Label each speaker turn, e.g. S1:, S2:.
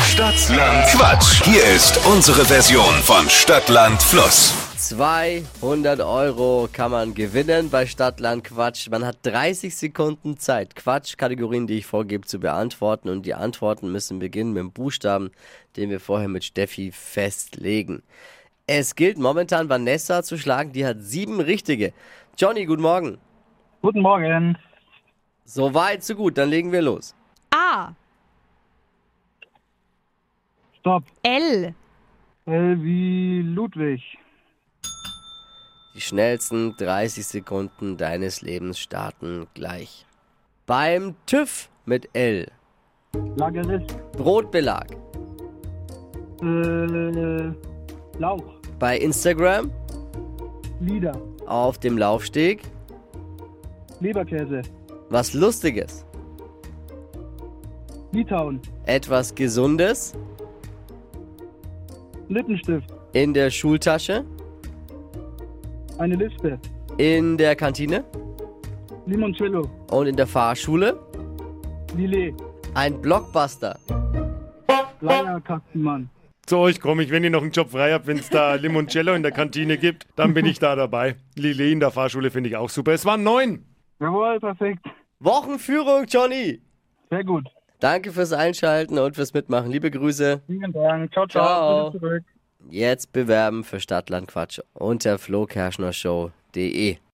S1: Stadtland Quatsch. Hier ist unsere Version von Stadtland Fluss.
S2: 200 Euro kann man gewinnen bei Stadtland Quatsch. Man hat 30 Sekunden Zeit, Quatschkategorien, die ich vorgebe, zu beantworten. Und die Antworten müssen beginnen mit dem Buchstaben, den wir vorher mit Steffi festlegen. Es gilt momentan Vanessa zu schlagen, die hat sieben richtige. Johnny, guten Morgen.
S3: Guten Morgen.
S2: So weit, so gut, dann legen wir los.
S4: A.
S3: Stopp.
S4: L.
S3: L wie Ludwig.
S2: Die schnellsten 30 Sekunden deines Lebens starten gleich. Beim TÜV mit L.
S3: Lagerist.
S2: Brotbelag.
S3: Äh, Lauch.
S2: Bei Instagram.
S3: Lieder.
S2: Auf dem Laufsteg.
S3: Leberkäse.
S2: Was Lustiges.
S3: Litauen.
S2: Etwas Gesundes.
S3: Lippenstift.
S2: In der Schultasche.
S3: Eine Liste.
S2: In der Kantine.
S3: Limoncello.
S2: Und in der Fahrschule.
S3: Lillet.
S2: Ein Blockbuster.
S3: Leierkastenmann.
S5: Zu euch komme ich, wenn ihr noch einen Job frei habt, wenn es da Limoncello in der Kantine gibt, dann bin ich da dabei. Lillet in der Fahrschule finde ich auch super. Es waren neun.
S3: Jawohl, perfekt.
S2: Wochenführung, Johnny.
S3: Sehr gut.
S2: Danke fürs Einschalten und fürs Mitmachen. Liebe Grüße.
S3: Vielen Dank. Ciao,
S2: Ciao.
S3: ciao. Bitte zurück.
S2: Jetzt bewerben für Stadtlandquatsch unter flokerschnershow.de.